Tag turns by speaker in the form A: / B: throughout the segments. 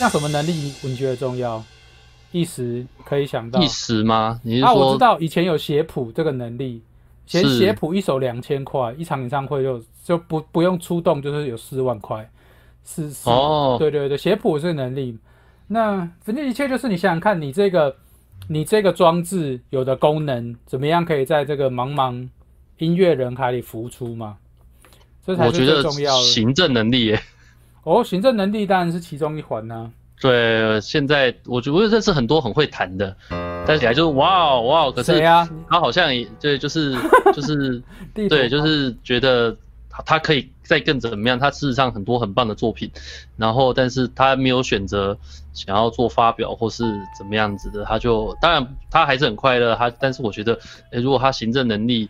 A: 那什么能力你觉得重要？一时可以想到
B: 一时吗？你是
A: 啊，我
B: 说
A: 知道以前有写谱这个能力，写
B: 是
A: 写谱一首两千块，一场演唱会就就不不用出动，就是有四万块，是是，
B: 哦
A: 对对对，写谱是能力。那反正一切就是你想想看，你这个你这个装置有的功能，怎么样可以在这个茫茫音乐人海里浮出嘛？这才
B: 我
A: 是
B: 觉
A: 最
B: 得
A: 重要的。
B: 行政能力耶。
A: 哦，行政能力当然是其中一环啊呐、
B: 对，现在我觉得认识很多很会弹的，但起来就是哇哦哇哦，可
A: 谁啊
B: 是
A: 呀、
B: 他好像也对，就是就是
A: 地图
B: 对，
A: 吗
B: 就是觉得他他可以再更怎么样？他事实上很多很棒的作品，然后但是他没有选择想要做发表或是怎么样子的，他就当然他还是很快乐，他但是我觉得，诶如果他行政能力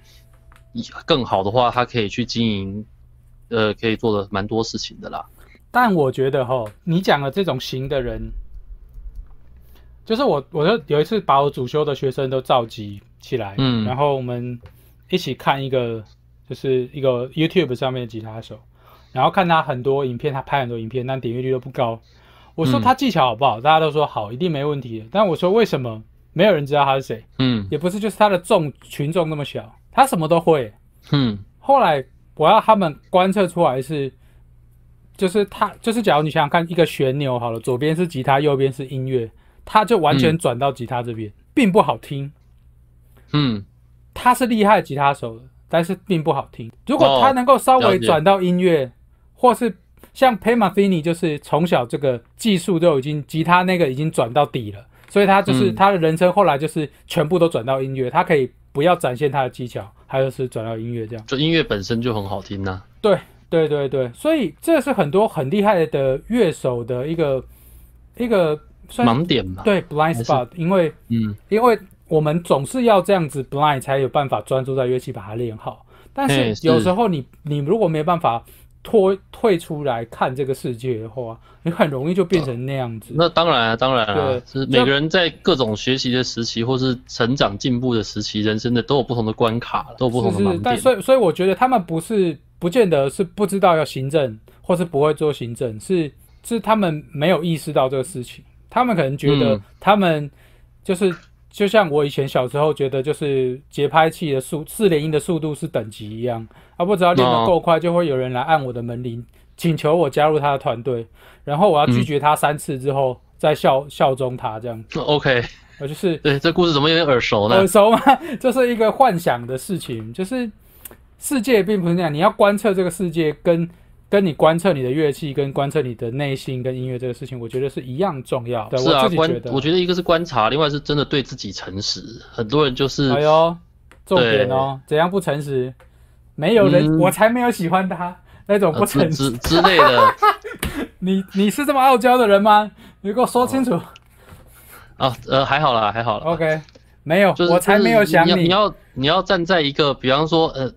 B: 更好的话，他可以去经营，呃，可以做的蛮多事情的啦。
A: 但我觉得哈，你讲的这种型的人，就是我，我就有一次把我主修的学生都召集起来，
B: 嗯
A: 然后我们一起看一个，就是一个 YouTube 上面的吉他手，然后看他很多影片，他拍很多影片，但点阅率都不高。我说
B: 嗯
A: 他技巧好不好？大家都说好，一定没问题的。但我说为什么没有人知道他是谁？
B: 嗯
A: 也不是就是他的众群众那么小，他什么都会，
B: 嗯
A: 后来我要他们观测出来是，就是他就是假如你想想看，一个旋钮好了，左边是吉他，右边是音乐，他就完全转到吉他这边，并不好听。
B: 嗯，
A: 他是厉害的吉他手的，但是并不好听。如果
B: 哦
A: 他能够稍微
B: 了解
A: 转到音乐，或是像 p a y m a f i n i 就是从小这个技术都已经吉他那个已经转到底了，所以他就是、
B: 嗯
A: 他的人生后来就是全部都转到音乐，他可以不要展现他的技巧，还有是转到音乐这样。
B: 就音乐本身就很好听呐、
A: 对对对对，所以这是很多很厉害的乐手的一个一个算
B: 盲点嘛。，
A: 对 blind
B: 是
A: spot，因为
B: 嗯
A: 因为我们总是要这样子 blind 才有办法专注在乐器把它练好，但
B: 嘿
A: 是
B: 是
A: 有时候你你如果没办法脱退出来看这个世界的话，你很容易就变成那样子。
B: 那当然啊，当然啊，
A: 对
B: 是
A: 这
B: 每个人在各种学习的时期，或是成长进步的时期，人生的都有不同的关卡，都有不同的
A: 是是，
B: 盲
A: 但
B: 点。
A: 所以所以我觉得他们不是不见得是不知道要行政，或是不会做行政，是是他们没有意识到这个事情。他们可能觉得
B: 嗯
A: 他们就是、就像我以前小时候觉得，就是节拍器的速四连音的速度是等级一样，啊，我只要练得
B: 哦
A: 够快，就会有人来按我的门铃，请求我加入他的团队，然后我要拒绝他三次之后，再效效忠他这样，
B: OK，
A: 我就是
B: 对，这故事怎么有点耳熟呢
A: 耳？熟吗？ 这是一个幻想的事情，就是世界并不是那样。你要观测这个世界跟，跟你观测你的乐器、跟观测你的内心、跟音乐这个事情，我觉得是一样重要的。
B: 是啊，
A: 我自己
B: 观
A: 觉，得，
B: 我觉得一个是观察，另外是真的对自己诚实。很多人就是，
A: 哎呦，重点哦，怎样不诚实？没有人，
B: 嗯
A: 我才没有喜欢他那种不
B: 呃之
A: 诚实。
B: 之之类的
A: 你你是这么傲娇的人吗？你给我说清楚。
B: 啊，呃，还好啦，还好啦。
A: OK，没有，
B: 就是
A: 我才没有想
B: 就是你要你要你要站在一个，比方说，呃，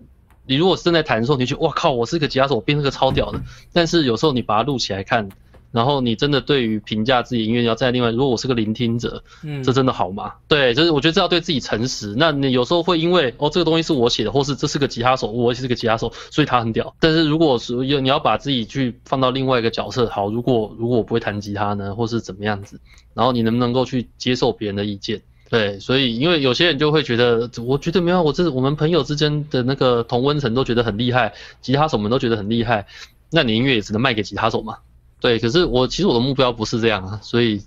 B: 你如果正在弹的时候，你就觉得哇靠，我是个吉他手，我变成个超屌的。但是有时候你把它录起来看，然后你真的对于评价自己音乐，你要站在另外，如果我是个聆听者，
A: 嗯
B: 这真的好吗？对，就是我觉得这要对自己诚实。那你有时候会因为哦，这个东西是我写的，或是这是个吉他手，哦我也是个吉他手，所以他很屌。但是如果是有你要把自己去放到另外一个角色，好，如果如果我不会弹吉他呢，或是怎么样子，然后你能不能够去接受别人的意见？对，所以因为有些人就会觉得，我觉得没有，啊我这我们朋友之间的那个同温层都觉得很厉害，吉他手们都觉得很厉害，那你音乐也只能卖给吉他手嘛？对，可是我其实我的目标不是这样啊，所以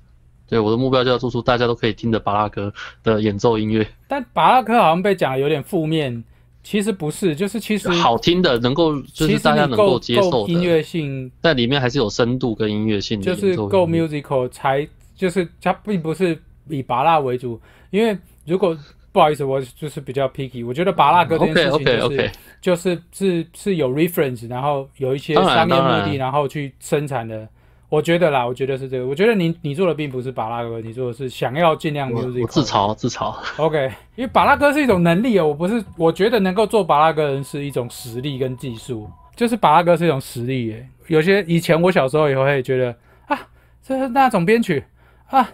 B: 对，我的目标就要做出大家都可以听的巴拉歌的演奏音乐，
A: 但巴拉克好像被讲的有点负面，其实不是，就是其实
B: 好听的，能够就
A: 其
B: 是
A: 实
B: 大家
A: 你
B: 能
A: 够
B: 够接受
A: 音
B: 的，
A: 乐性
B: 但里面还是有深度跟音乐性的
A: 就
B: 演奏
A: 是
B: 音
A: 够
B: 乐。
A: musical 才就是它并不是以拔蜡为主，因为如果不好意思，我就是比较 picky，我觉得拔蜡歌这件事情
B: OK
A: 就
B: OK
A: 是
B: 嗯 OK，
A: 就是是是有 reference，然后有一些
B: 当然
A: 商业
B: 当然
A: 目的，然后去生产的。我觉得啦，我觉得是这个。我觉得你你做的并不是拔蜡歌，你做的是想要尽量
B: 我
A: musical。
B: 我自嘲自嘲，
A: OK，因为巴拉歌是一种能力哦，我不是，我觉得能够做巴拉歌的人是一种实力跟技术，就是巴拉歌是一种实力耶。有些以前我小时候也会觉得啊，这是那种编曲啊，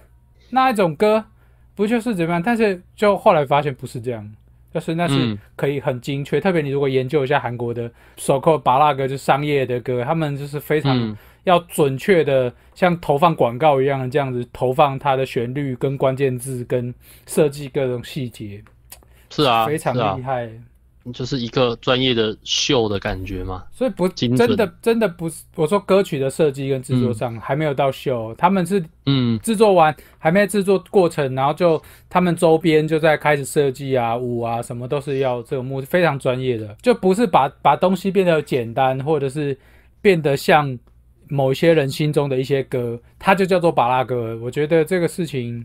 A: 那一种歌不就是怎么样？但是就后来发现不是这样，就是那是
B: 嗯
A: 可以很精确，特别你如果研究一下韩国的首扣巴拉歌，就商业的歌，他们就是非常
B: 嗯
A: 要准确的像投放广告一样这样子投放它的旋律跟关键字跟设计各种细节，
B: 是啊，
A: 非常
B: 是啊
A: 厉，害。
B: 就是一个专业的秀的感觉嘛。
A: 所以不
B: 精
A: 真的
B: 准
A: 真的不是我说歌曲的设计跟制作上还没有到秀，他们是
B: 嗯，
A: 制作完还没制作过程，然后就他们周边就在开始设计啊、舞啊，什么都是要这种目非常专业的，就不是把把东西变得简单，或者是变得像某一些人心中的一些歌，它就叫做巴拉歌。我觉得这个事情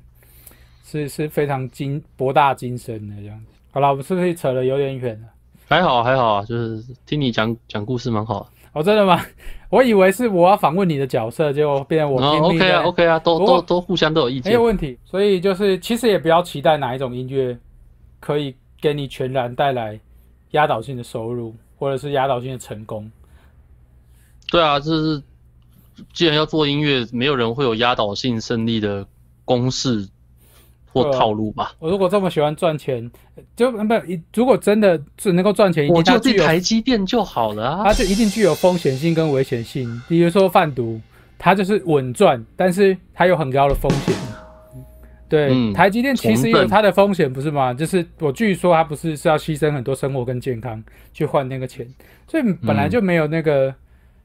A: 是是非常精博大精深的这样子。好了，我们是不是扯了有点远了？
B: 还好还好啊，就是听你讲讲故事蛮好的。
A: 哦，真的吗？ 我以为是我要访问你的角色，结果变成我
B: 然
A: 拼
B: 后
A: 命
B: OK 啊
A: 在
B: OK 啊，都
A: 不过哎
B: 都都互相都有意
A: 没
B: 见
A: 有。问题。所以就是，其实也不要期待哪一种音乐可以给你全然带来压倒性的收入，或者是压倒性的成功。
B: 对啊，就是既然要做音乐，没有人会有压倒性胜利的公式或
A: 对啊
B: 套路吧？
A: 我如果这么喜欢赚钱，呃就不，如果真的只能够赚钱，一
B: 我
A: 定它
B: 就
A: 具
B: 进
A: 有
B: 台积电就好了啊
A: 它。就一定具有风险性跟危险性。比如说贩毒，它就是稳赚，但是它有很高的风险。对，
B: 嗯
A: 台积电其实也
B: 重
A: 有
B: 症
A: 它的风险，不是吗？就是我据说它不是是要牺牲很多生活跟健康去换那个钱，所以本
B: 嗯
A: 来就没有那个、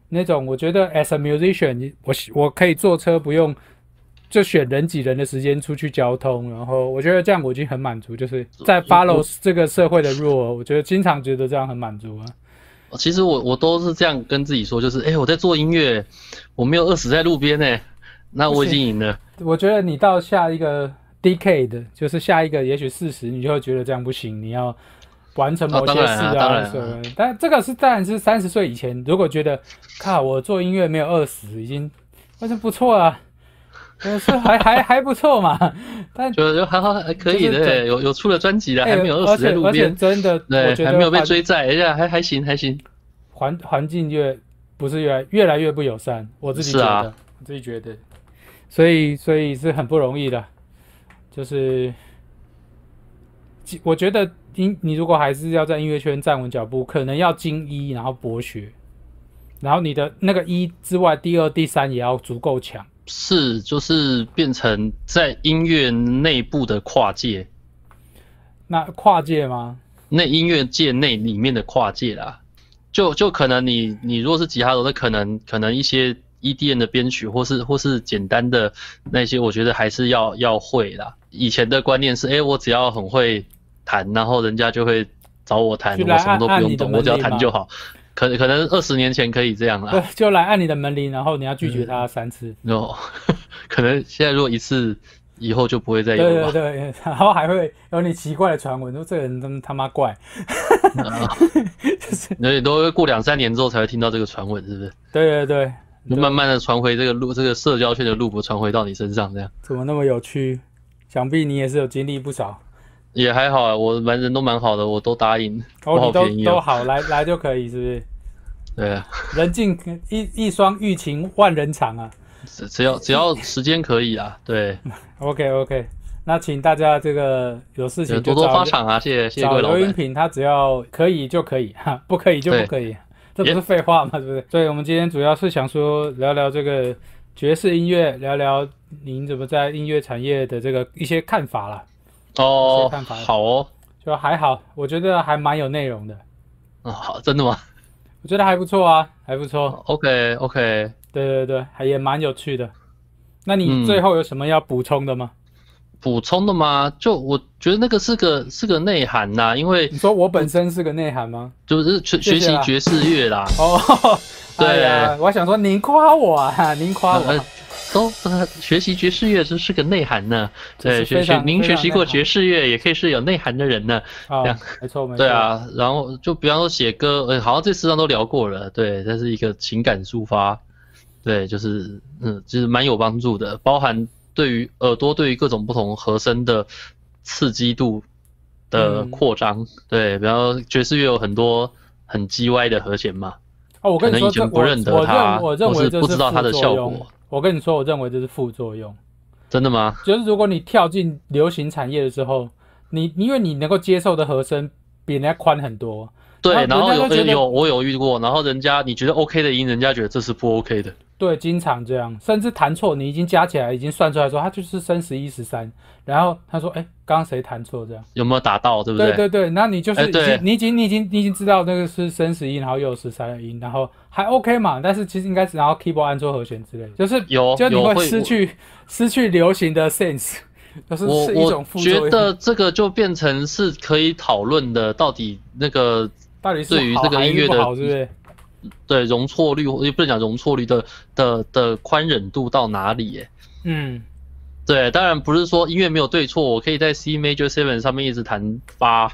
A: 那种。我觉得 as a musician，我我可以坐车不用。就选人挤人的时间出去交通，然后我觉得这样我已经很满足，就是在 follow 这个社会的 rule，我觉得经常觉得这样很满足啊。
B: 其实我我都是这样跟自己说，就是哎、诶我在做音乐，我没有饿死在路边呢、那我已经赢了。
A: 我觉得你到下一个 decade，就是下一个也许四十，你就会觉得这样不行，你要完成某些事
B: 哦当然啊
A: 什
B: 当
A: 么
B: 然
A: 的。但这个是当然是三十岁以前，如果觉得靠我做音乐没有饿死，已经完全不错啊， 呃是还还还不错嘛。但
B: 就就还好还可以
A: 就
B: 的、
A: 是整
B: 有有出了专辑了，
A: 哎
B: 还没有饿
A: 而
B: 死在
A: 且
B: 路
A: 而且
B: 边，
A: 真的，我
B: 对，
A: 觉
B: 还
A: 得
B: 没有被
A: 环
B: 追债，而且还还行还行。
A: 环环境越不是越来越来越不友善，我自己觉得，
B: 是啊
A: 我自己觉得，所以所以是很不容易的，就是，其我觉得你你如果还是要在音乐圈站稳脚步，可能要精一，然后博学，然后你的那个一之外，第二、第三也要足够强，
B: 是，就是变成在音乐内部的跨界，
A: 那跨界吗？
B: 那音乐界内里面的跨界啦。就就可能你你如果是吉他手，那可能可能一些 EDM 的编曲，或是或是简单的那些，我觉得还是要要会啦。以前的观念是，哎、我只要很会弹，然后人家就会找我弹，
A: 去
B: 我
A: 来
B: 什么都
A: 按按
B: 不
A: 你
B: 用
A: 的
B: 懂，
A: 门
B: 我只要
A: 铃
B: 弹
A: 嘛
B: 就好。可可能二十年前可以这样 啦，
A: 对，就来按你的门铃，然后你要拒
B: 嗯
A: 绝他三次。
B: no，可 能现在如果一次，以后就不会再有
A: 对
B: 了
A: 对
B: 吧。
A: 对， 然后还会有你奇怪的传闻，说这个人真他妈怪。
B: 所以呃都会过两三年之后才会听到这个传闻，是不是？
A: 对对对，啊
B: 就慢慢的传回这个路，这个社交圈的路不传回到你身上，这样
A: 怎么那么有趣？想必你也是有经历不少。
B: 也还好啊。我蛮人都蛮好的，我都答应，我
A: 哦，
B: 好
A: 你都
B: 便宜
A: 都
B: 哦。
A: 好，来来就可以，是不是？
B: 对啊，
A: 人尽一一双欲擒万人场啊。
B: 只只要只要时间可以啊，对，
A: OK OK，那请大家这个有事情就
B: 多多
A: 找
B: 发场啊，谢谢谢谢各
A: 找
B: 位老
A: 刘云
B: 板。
A: 平，他只要可以就可以，哈， 不可以就不可以，啊 这不是废话吗？是不是？所以我们今天主要是想说聊聊这个爵士音乐，聊聊您怎么在音乐产业的这个一些看法啦。
B: 哦
A: 有看法，
B: 好哦，
A: 就还好，我觉得还蛮有内容的，
B: 嗯，好，真的吗
A: 我觉得还不错啊，还不错。
B: ？OK OK，
A: 对对对，还也蛮有趣的。那你
B: 嗯
A: 最后有什么要补充的吗？
B: 补充的吗？就我觉得那个是个是个内涵呐、因为
A: 你说我本身是个内涵吗？
B: 就是学
A: 谢
B: 学
A: 谢啊
B: 习
A: 啦
B: 爵士乐啦，
A: 哦，
B: 对
A: 哎呀，我想说您夸我啊， 您夸我
B: 呃，都呃学习爵士乐真是个内涵呢。
A: 这
B: 对，
A: 是非
B: 学
A: 常
B: 学您
A: 非常
B: 学习过
A: 内涵
B: 爵士乐，也可以是有内涵的人呢。
A: 啊
B: 这样，
A: 没错没错，
B: 对，啊，然后就比方说写歌，呃，好像这四张都聊过了。对，这是一个情感抒发，对，就是嗯，就是蛮有帮助的，包含对于耳朵对于各种不同和声的刺激度的
A: 嗯
B: 扩张。对，比方说爵士乐有很多很叽歪的和弦嘛，
A: 哦，我跟你说，
B: 可能
A: 这
B: 以前不认得
A: 我我
B: 它
A: 认我认
B: 或
A: 为
B: 是
A: 这
B: 不知道它的
A: 副作
B: 效
A: 用
B: 果。
A: 我跟你说，我认为这是副作用，
B: 真的吗？
A: 就是如果你跳进流行产业的时候，你因为你能够接受的和声比人家宽很多。
B: 对，
A: 然
B: 然
A: 后
B: 后
A: 啊
B: 有
A: 人家就觉得
B: 人有我有遇过，然后人家你觉得 OK 的音，人家觉得这是不 OK 的。
A: 对，经常这样，甚至弹错，你已经加起来已经算出来说他就是升十一十三，然后他说，哎，刚刚谁弹错这样？
B: 有没有达到，对不
A: 对
B: 对
A: 对对，那你就是
B: 哎
A: 已经、
B: 对
A: 你已经你已经你已经知道那个是升十一，然后又有十三的音，然后还 OK 嘛，但是其实应该是然后 keyboard 按错和弦之类的，就是
B: 有
A: 就你
B: 有
A: 会
B: 会
A: 失去失去流行的 sense，就是
B: 我
A: 是一种
B: 我
A: 副作用。
B: 觉得这个就变成是可以讨论的，到底那个
A: 到底是
B: 对于
A: 好
B: 这个
A: 还
B: 音
A: 是
B: 乐
A: 不
B: 的
A: 好，是不是？
B: 对容错率，也不能讲容错率的的的宽忍度到哪里耶？
A: 嗯，
B: 对，当然不是说音乐没有对错，我可以在 C major seven 上面一直弹发，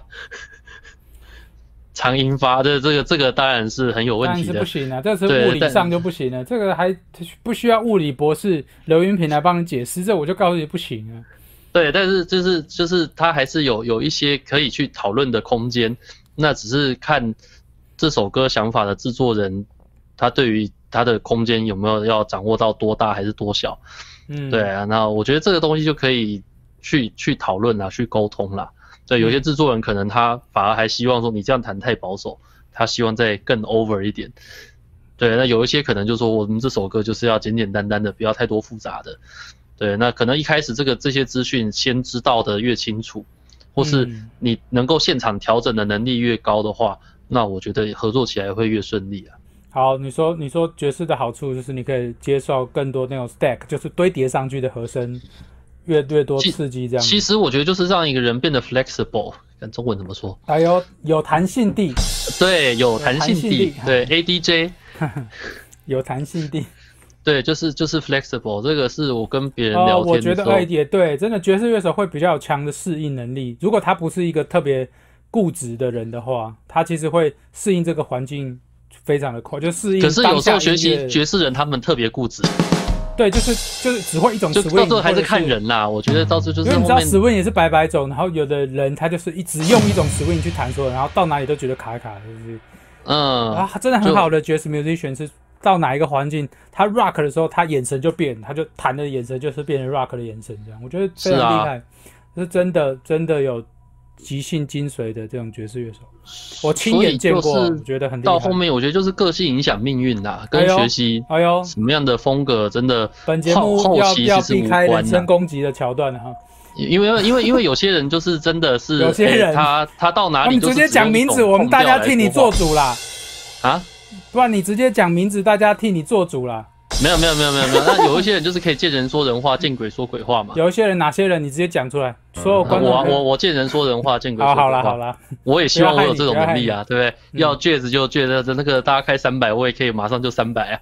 B: 长音发，这这个这个当然是很有
A: 当
B: 问
A: 然
B: 题
A: 是不
B: 的。
A: 行啊，这是
B: 对
A: 物理
B: 但
A: 上就不行了，这个还不需要物理博士刘云平来帮你解释，这我就告诉你不行啊。
B: 对，但是就是就是它还是有有一些可以去讨论的空间，那只是看这首歌想法的制作人，他对于他的空间有没有要掌握到多大还是多小。
A: 嗯，
B: 对啊，那我觉得这个东西就可以去去讨论啦，去沟通啦。对，有些
A: 嗯
B: 制作人可能他反而还希望说你这样弹太保守，他希望再更 over 一点。对，那有一些可能就说我们这首歌就是要简简单单的，不要太多复杂的。对，那可能一开始这个这些资讯先知道的越清楚，或是
A: 嗯
B: 你能够现场调整的能力越高的话，那我觉得合作起来会越顺利啊。
A: 好，你说你说爵士的好处就是你可以接受更多那种 stack，就是堆叠上去的和声，越越多
B: 其
A: 刺激这样子
B: 其。实我觉得就是让一个人变得 flexible，看中文怎么说？
A: 还有有弹性地，
B: 对，有弹性
A: 有
B: 地，对
A: 弹哎
B: ADJ，
A: 有弹性地。
B: 对，就是就是 flexible，这个是我跟别人
A: 哦，
B: 聊
A: 我
B: 天
A: 觉
B: 的时
A: 得
B: 候，
A: 哎也对，真的爵士乐手会比较有强的适应能力。如果他不是一个特别固执的人的话，他其实会适应这个环境非常的快，就适应
B: 可
A: 当
B: 是
A: 下音乐。
B: 有时候学习爵士人他们特别固执，
A: 对，就是就是只会一种
B: 就
A: swing，
B: 到最后还
A: 或者
B: 是看人啦。我觉得到最后
A: 因
B: 就是
A: 为你知
B: 后
A: 道
B: 面
A: swing 也是百百种，然后有的人他就是一直用一种 swing 去弹所有，然后到哪里都觉得卡卡的，就是、
B: 嗯，
A: 啊，真的很好的爵士 musician 是到哪一个环境，他 rock 的时候，他眼神就变，他就弹的眼神就是变成 rock 的眼神这样，我觉得非常
B: 是啊
A: 厉害，是真的真的有即兴精髓的这种爵士乐手，我亲眼见过，
B: 所以就
A: 我
B: 是
A: 觉得很厉害
B: 到。后面我觉得就是个性影响命运啦，
A: 哎
B: 跟
A: 呦
B: 学习
A: 哎呦，
B: 什么样的风格真的
A: 本节
B: 后
A: 目
B: 后
A: 要
B: 期
A: 要
B: 其实
A: 避
B: 无
A: 开人
B: 关
A: 身
B: 的，
A: 攻击的桥段了哈，
B: 因为因为因为有些人就是真的 是，
A: 有些
B: 哎
A: 人
B: 他他到哪
A: 我
B: 里
A: 们
B: 啊就
A: 直
B: 是
A: 接
B: 只
A: 讲
B: 用一
A: 名
B: 种
A: 字，我们
B: 痛
A: 大
B: 调
A: 家
B: 来
A: 替你做
B: 说话
A: 主 啦，
B: 啊。
A: 不然你直接讲名字，大家替你做主啦。
B: 没有没有没有没有没有，那有一些人就是可以见人说人话，见鬼说鬼话嘛。
A: 有一些人，哪些人你直接讲出来，所有
B: 啊我
A: 哦观众
B: 啊
A: 朋友
B: 我我见人说人话，见鬼
A: 好
B: 说
A: 好
B: 鬼
A: 啦好
B: 话。
A: 啦，
B: 我也希望我有这种能力啊，对不
A: 嗯
B: 对？要戒指就戒指，那个大家开三百，我也可以马上就三百啊，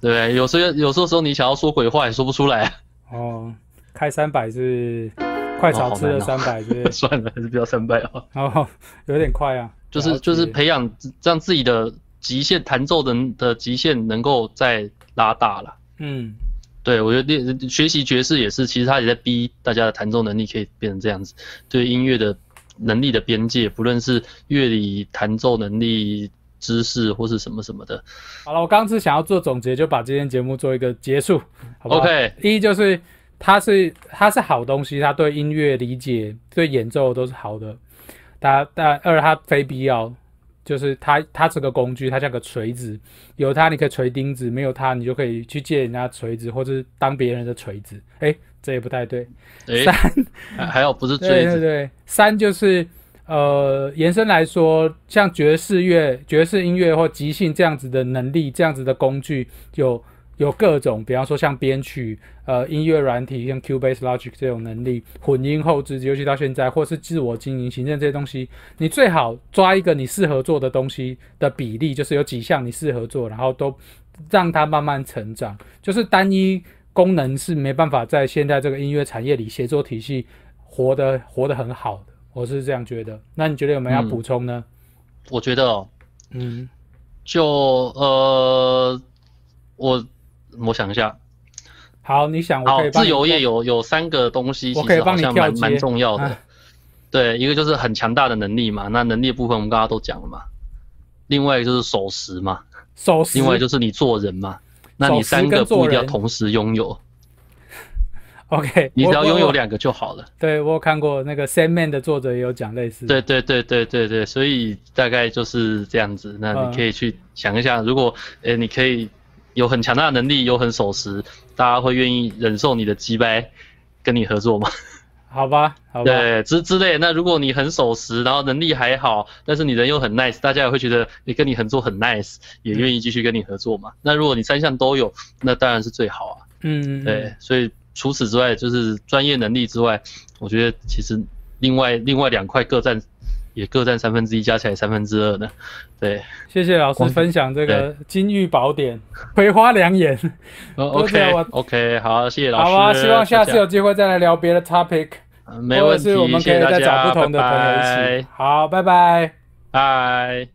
B: 对不对？有时候有时候时候你想要说鬼话也说不出来啊，
A: 哦，开三百是快炒吃了
B: 哦好
A: 三百，是不是？
B: 算了，还是不要三百啊。
A: 哦，有点快啊。
B: 就是就是培养让自己的极限弹奏的的极限能够再拉大了。
A: 嗯，
B: 对，我觉得练学习爵士也是，其实他也在逼大家的弹奏能力可以变成这样子，对音乐的能力的边界，不论是乐理、弹奏能力、知识或是什么什么的。
A: 好了，我刚刚是想要做总结，就把今天节目做一个结束，好不好
B: OK，
A: 一就是它是它是好东西，它对音乐理解、对演奏都是好的。它但二它非必要，就是它它是个工具，它像个锤子，有它你可以锤钉子，没有它你就可以去借人家锤子，或者是当别人的锤子。哎，这也不太对。
B: 诶、
A: 三
B: 还还有不是
A: 对
B: 锥
A: 对
B: 子，
A: 对，三就是呃，延伸来说，像爵士乐、爵士音乐或即兴这样子的能力，这样子的工具有。有各种，比方说像编曲、呃音乐软体，像 Cubase、Logic 这种能力，混音后置，尤其到现在，或是自我经营、行政这些东西，你最好抓一个你适合做的东西的比例，就是有几项你适合做，然后都让它慢慢成长。就是单一功能是没办法在现在这个音乐产业里协作体系活得活得很好的，我是这样觉得。那你觉得有没有要补充呢？
B: 我觉得哦，
A: 嗯，
B: 就呃，我我想一下，
A: 好，你想我
B: 好
A: 可以，帮
B: 自
A: 你
B: 由业有有三个东西，
A: 我
B: 其
A: 可以
B: 实
A: 帮
B: 好
A: 你
B: 像
A: 跳
B: 蛮
A: 接
B: 蛮重要的
A: 啊。
B: 对，一个就是很强大的能力嘛，那能力的部分我们刚刚都讲了嘛。另外一个就是守时嘛，
A: 手势，
B: 另外就是你做人嘛。那你三个不一定要同时拥有，
A: OK，
B: 你只要
A: 我
B: 拥有，
A: 我
B: 两个就好了。
A: 我对我有看过那个《Sandman》的作者也有讲类似的。
B: 对对对对对对，所以大概就是这样子。那
A: 嗯
B: 你可以去想一下，如果呃你可以有很强大的能力，有很守时，大家会愿意忍受你的击败，跟你合作吗？
A: 好吧，好吧，
B: 对之之类的。那如果你很守时，然后能力还好，但是你人又很 nice，大家也会觉得你跟你合作很 nice，也
A: 嗯
B: 愿意继续跟你合作嘛。那如果你三项都有，那当然是最好啊。
A: 嗯，嗯
B: 对，，所以除此之外，就是专业能力之外，我觉得其实另外另外两块各占也各占三分之一，加起来三分之二呢。对
A: 谢谢老师
B: 光
A: 分享这个金玉宝典《葵花两眼》。多谢
B: ，OK
A: 我
B: OK，好，谢谢老师。
A: 好啊，希望下次有
B: 就
A: 机会再来聊别的 topic，
B: 这样没问
A: 或者是我
B: 题，
A: 们可
B: 谢
A: 以
B: 谢大
A: 再
B: 家，
A: 找不同的朋友一起。
B: 拜
A: 好，拜拜。
B: 拜。